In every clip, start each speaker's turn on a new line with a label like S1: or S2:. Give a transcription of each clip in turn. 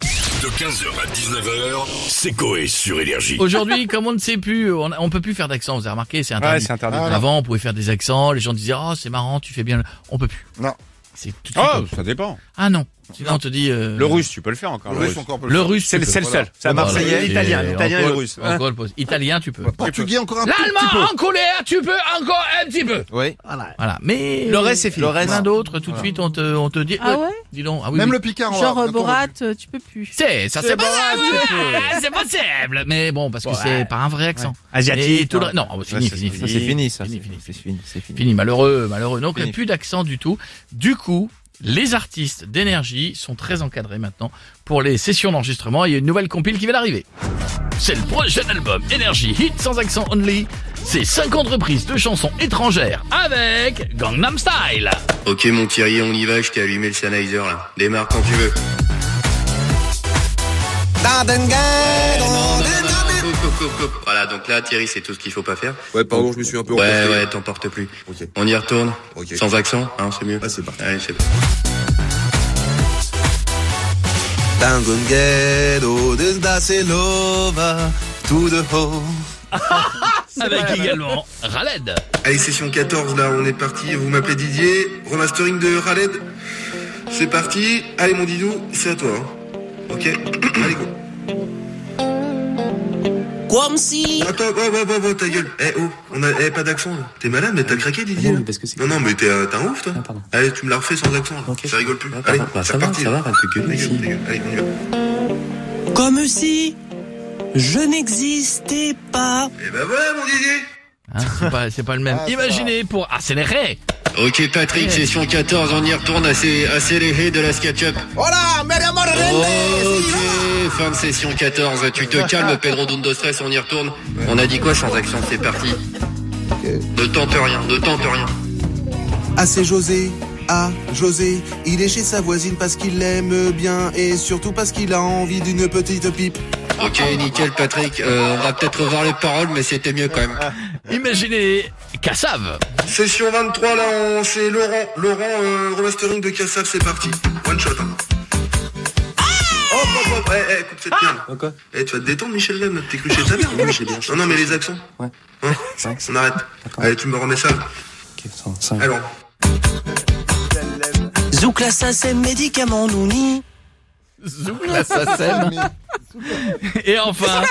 S1: De 15h à 19h, c'est Coé sur Énergie.
S2: Aujourd'hui, comme on ne sait plus, on, on peut plus faire d'accent. Vous avez remarqué, c'est interdit.
S3: Ouais, c'est interdit. Ah,
S2: Avant, on pouvait faire des accents. Les gens disaient, oh, c'est marrant, tu fais bien. le- On peut plus.
S3: Non.
S2: C'est tout de suite
S3: Oh,
S2: comme-
S3: ça dépend.
S2: Ah non. Sinon, on te dit. euh,
S3: Le russe, tu peux le faire encore.
S4: Le russe encore peut le
S2: Le
S4: faire.
S2: russe.
S3: C'est le
S2: tu
S3: c'est
S2: peux. Ah bah,
S3: le seul. C'est la
S2: Voilà.
S3: Marseillaise,
S2: Et
S3: l'italien, l'italien et le
S2: encore-
S3: russe. Hein
S2: encore le pose. Italien, tu peux.
S4: Portugais encore un petit peu.
S2: L'allemand en colère, tu peux encore un petit peu.
S4: Oui.
S2: Voilà. Mais.
S3: Le reste, c'est fini.
S2: Le reste. Plein d'autres, tout de suite, on te, on te dit.
S5: Ah
S2: euh,
S5: ouais
S2: Dis donc. Ah oui.
S4: Même
S2: oui.
S4: le Picard. on
S5: Genre
S4: va-
S5: euh,
S4: bientôt, on va-
S5: Borat, euh, tu peux plus.
S2: C'est, ça c'est
S3: C'est
S2: pas
S3: bon,
S2: C'est possible. Mais bon, parce que c'est pas un vrai accent.
S3: Asiatique,
S2: Et tout le-
S3: hein.
S2: Non, oh, fini,
S3: c'est-
S2: fini,
S3: ça,
S2: fini.
S3: c'est fini,
S2: ça. Fini, fini.
S6: C'est fini, c'est fini.
S2: Fini, malheureux, malheureux. Donc,
S6: Fini.
S2: plus d'accent du tout. Du coup, les artistes d'énergie sont très encadrés maintenant pour les sessions d'enregistrement. Il y a une nouvelle compile qui va d'arriver. C'est le prochain album Énergie Hit sans accent only. C'est 50 reprises de chansons étrangères avec Gangnam Style.
S7: Ok mon Thierry, on y va, je t'ai allumé le Sennheiser là. Démarre quand tu veux. Coupe, coupe, coupe, coupe. Voilà, donc là Thierry, c'est tout ce qu'il faut pas faire.
S4: Ouais, pardon, je me suis un peu
S7: Ouais,
S4: emporté.
S7: ouais, t'emporte plus.
S4: Ok.
S7: On y retourne.
S4: Ok.
S7: Sans accent, hein, c'est mieux.
S4: Ah, c'est parti.
S7: Allez, c'est
S2: Avec également Raled.
S7: Allez, session 14 là, on est parti. Vous m'appelez Didier. Remastering de Khaled. C'est parti. Allez mon Didou, c'est à toi. hein. Ok Allez go.
S8: Comme si.
S7: Attends, ouais, ouais, ouais, ouais, ta gueule. Eh oh, on a, eh, pas d'accent là. T'es malade,
S6: Ah
S7: mais t'as craqué Didier
S6: Non,
S7: là.
S6: mais parce que c'est-
S7: Non, non, mais t'es euh, t'es un ouf toi.
S6: Ah, pardon.
S7: Allez, tu me l'as refait sans accent là.
S6: Ok.
S7: Ça rigole plus.
S6: Ouais,
S7: Allez,
S6: pardon. Bah,
S7: c'est
S6: ça va,
S7: reparti,
S6: ça
S7: là.
S6: va, pas de gueule,
S7: Ta
S6: si.
S7: gueule, ta gueule. Allez, on y va.
S8: Comme si. Je n'existais pas.
S7: Eh ben voilà mon Didier.
S2: Hein, c'est pas, c'est pas le même. Imaginez pour accélérer.
S7: Ok Patrick, session 14, on y retourne assez, assez léger de la SketchUp.
S4: Hola, me llamo René.
S7: Ok, fin de session 14, tu te calmes Pedro Dundo Stress, on y retourne. On a dit quoi sans accent, c'est parti. Ne tente rien, ne tente rien.
S9: Ah c'est José, ah José, il est chez sa voisine parce qu'il l'aime bien et surtout parce qu'il a envie d'une petite pipe.
S7: Ok, nickel Patrick, Euh, on va peut-être revoir les paroles, mais c'était mieux quand même.
S2: Imaginez Kassav.
S7: Session 23, là, on... c'est Laurent. Laurent, euh, remastering de Cassav, c'est parti. One shot. hein. Oh, oh, oh, eh, eh, coupe cette merde.
S6: Pourquoi
S7: Eh, tu vas te détendre, Michel Lem, t'es cru chez ta mère. hein, Non, non, mais les accents.
S6: Ouais.
S7: Hein
S6: Ouais.
S7: on arrête.
S6: D'accord.
S7: Allez, tu me remets ça.
S6: Ok, ça- ça-
S7: Alors.
S8: Zouk la ça c'est médicament nouni.
S2: Zouk l'assassin. Et enfin,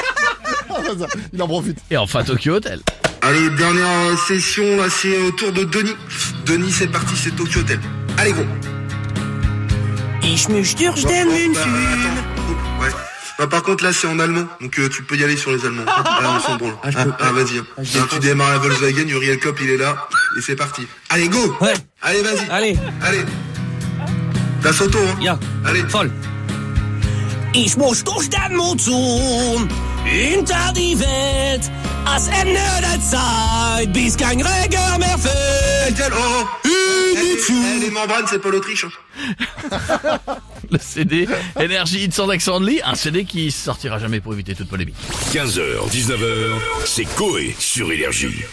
S4: Il en profite.
S2: et enfin Tokyo Hotel.
S7: Allez, dernière euh, session, là, c'est au tour de Denis. Denis, c'est parti, c'est Tokyo Hotel. Allez, gros.
S8: Ich mich durch
S7: Bon,
S8: den
S7: bon, bah,
S8: München.
S7: attends. Oh, ouais. Bah, par contre, là, c'est en allemand, donc euh, tu peux y aller sur les Allemands. Ah, on s'en branle. Ah, ah, vas-y. hein.
S6: je
S7: Tiens, tu démarres la Volkswagen, Uriel Kopp, il est là, et c'est parti. Allez, go
S6: Ouais.
S7: Allez, vas-y.
S6: Allez,
S7: Allez. T'as son tour, hein
S6: ya,
S7: Allez.
S6: voll.
S8: Ich muss durch den Monsun. Hinter die Welt. Als Ende der Zeit. Bis kein Regen mehr fällt.
S7: Nickel, oh, oh. Eh, eh, les membranes, c'est pas l'Autriche. hein.
S2: Le CD Energy Hit sans accent only, un CD qui sortira jamais pour éviter toute polémique.
S1: 15h, 19h, c'est Coé sur Énergie.